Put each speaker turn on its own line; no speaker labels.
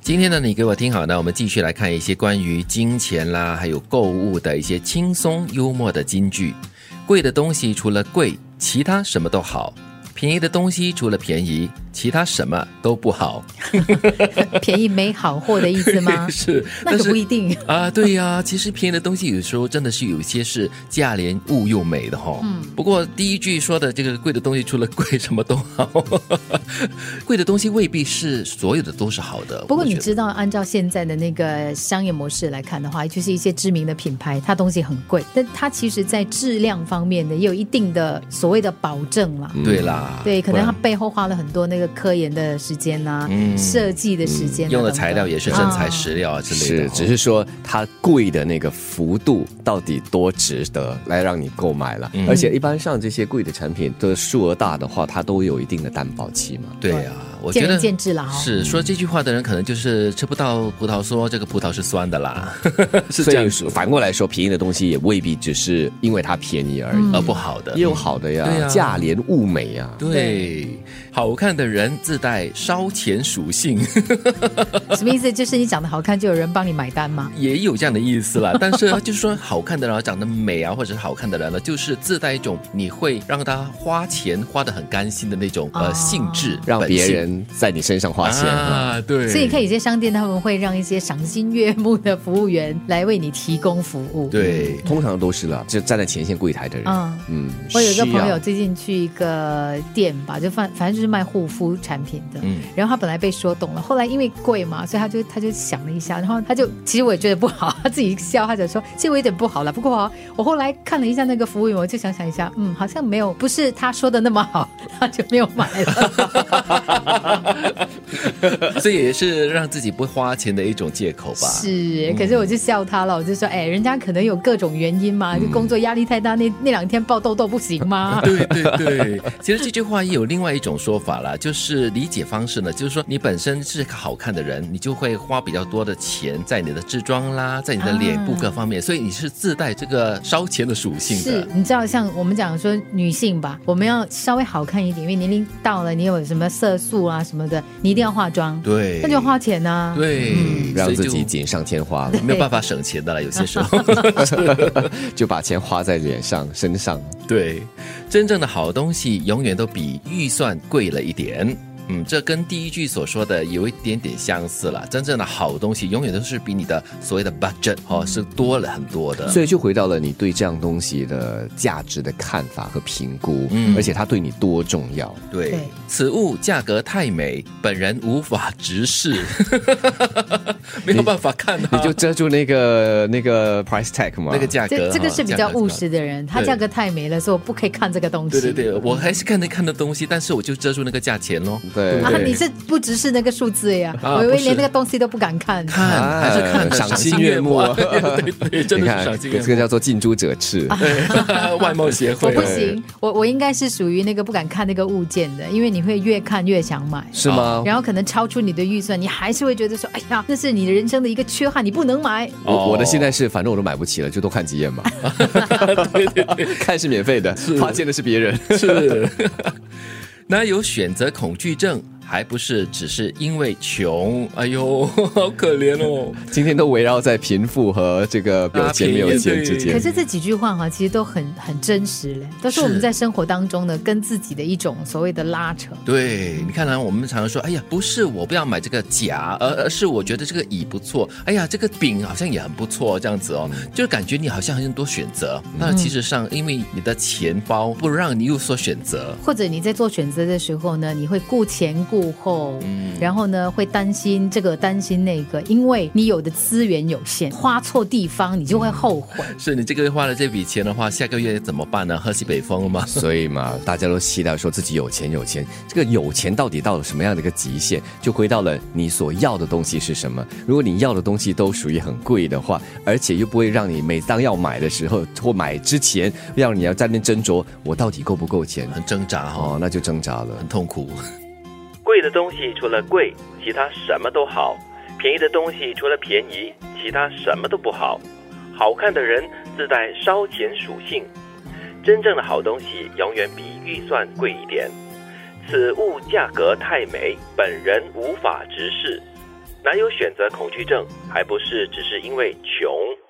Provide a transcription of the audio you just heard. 今天呢，你给我听好呢，我们继续来看一些关于金钱啦，还有购物的一些轻松幽默的金句。贵的东西除了贵，其他什么都好；便宜的东西除了便宜，其他什么都不 好。？
便宜没好货的意思 吗
是，
那
但
可
是
不一定。
啊，对呀、其实便宜的东西有时候真的是有些是价廉物又美的哈、嗯，不过第一句说的这个贵的东西，除了贵什么都好， 贵的东西未必是所有的都是好的。
不过你
我觉
知道，按照现在的那个商业模式来看的话，就是一些知名的品牌，它东西很贵，但它其实在质量方面呢，也有一定的所谓的保证啦。
得嗯对啦，
对，可能
不
它
然
背后花了很多那个科研的时间呐、设计的时间啊、
嗯用的
等等
材料也是真材
啊
实料啊之类的
是，
哈，
只是说它贵的那个幅度到底多值得来让你购买了。
嗯
而且一般上这些贵的产品的数额大的话，它都有一定的担保期嘛。
对呀、我
见
觉得
仁见智啦、哦。
是说这句话的人，可能就是吃不到葡萄说这个葡萄是酸的啦，是
所
这样
以说反过来说，便宜的东西也未必只是因为它便宜
嗯
而已，
而不好的
也。有好的呀，
嗯对呀
价廉物美啊呀。
对，好看的人自带烧钱属性。
什么意思？就是你长得好看，就有人帮你买单吗？
也有这样的意思啦，但是就是说，好看的人啊，长得美啊，或者是好看的人呢，就是自带一种你会让他花钱花得很甘心的那种呃
哦
性质，
让
本性
别人在你身上花钱。
啊，对，
所以你看，有些商店他们会让一些赏心悦目的服务员来为你提供服务。，
对，
通常都是了，就站在前线柜台的人，
嗯。
嗯，
我有一个
需要
朋友最近去一个店吧，就反反正就是卖护肤产品的，
嗯
然后他本来被说动了，后来因为贵嘛，所以他就他就想了一下，然后他就其实我也觉得不好，他自己笑，他就说其实我有点不好了，不过、哦、我后来看了一下那个服务员，我就想想一下，嗯，好像没有不是他说的那么好， 他就没有买 了，
所以也是让自己不花钱的一种借口吧。
是，
嗯
可是我就笑他了，我就说哎，人家可能有各种原因嘛，就工作压力太大，那那两天爆痘痘不行吗？
对对对， 其实这句话也有另外一种说法啦，就是理解方式呢，就是说你本身是个好看的人，你就会花比较多的钱在你的制装啦，在你的脸部各方面，所以你是自带这个烧钱的属性
啊是
的，。
你知道，像我们讲说女性吧，我们要稍微好看一点，因为年龄到了，你有什么色素啊什么的，你一定要化妆，
对，
那就花钱啊呐、
对，
嗯
让
所以
自
就
己锦上添花了，
没有办法省钱的了，有些时候。
就把钱花在脸上、身上。
对，真正的好东西永远都比预算贵了一点。嗯，这跟第一句所说的有一点点相似了。真正的好东西永远都是比你的所谓的 budget 哦是多了很多的。
所以就回到了你对这样东西的价值的看法和评估，
嗯啊
而且它对你多重要。
对
对，
此物价格太美，本人无法直视，没有办法看啊
你就遮住那个那个 price tag 嘛，
那个价格哦
这
哈，
这个是比
啊价
较
格
务实的人，他
对
价格太没了，所以我不可以看这个东西。
对对对，我还是看得看的东西，但是我就遮住那个价钱喽。
对
啊，
对
你是不只是那个数字呀，
啊
我以
不
为
是
连那个东西都不敢 看。
看还是看得
啊赏
心
心悦
目
目
啊
啊，
对对，真
你
的
看
是赏心悦
这
目啊
个。叫做近朱者赤。
对，外貌协
我
会
不行，我我应该是属于那个不敢看那个物件的，因为你会越看越想买。
是
啊
吗？
然后可能超出你的预算，你还是会觉得说，哎呀，那是你的人生的一个缺憾，你不能买。
哦
我我的现在是，反正我都买不起了，就多看几 眼嘛。 看是免费的，花钱的是别人。
是。 那有选择恐惧症，还不是只是因为穷？哎呦， 好可怜哦！
今天都围绕在贫富和这个有钱没有钱之
啊对
可
间。
是这几句话哈、其实都很很真实嘞，都是我们在生活当中呢，跟自己的一种所谓的拉扯。
对，你看啊，我们常常说，哎呀，不是我不要买这个甲，而而是我觉得这个乙不错，哎呀，这个丙好像也很不错，这样子哦，就是感觉你好像很多选择。那其实上，因为你的钱包不让你有所选择，
或者你在做选择的时候呢，你会顾前顾后，然后呢会担心这个担心那个，因为你有的资源有限，花错地方你就会后悔。
是你这个月花了这笔钱的话，下个月怎么办呢？喝西北风了吗？
所以嘛，大家都期待说自己有钱有钱，这个有钱到底到了什么样的一个极限？就回到了你所要的东西是什么。如果你要的东西都属于很贵的话，而且又不会让你每当要买的时候或买之前，让你要在那边斟酌我到底够不够钱
很挣扎哈、
哦，那就挣扎了
很。痛苦。贵的东西除了贵，其他什么都好；便宜的东西除了便宜，其他什么都不好。好看的人自带烧钱属性，真正的好东西永远比预算贵一点。此物价格太美，本人无法直视。
哪有选择恐惧症，还不是只是因为穷？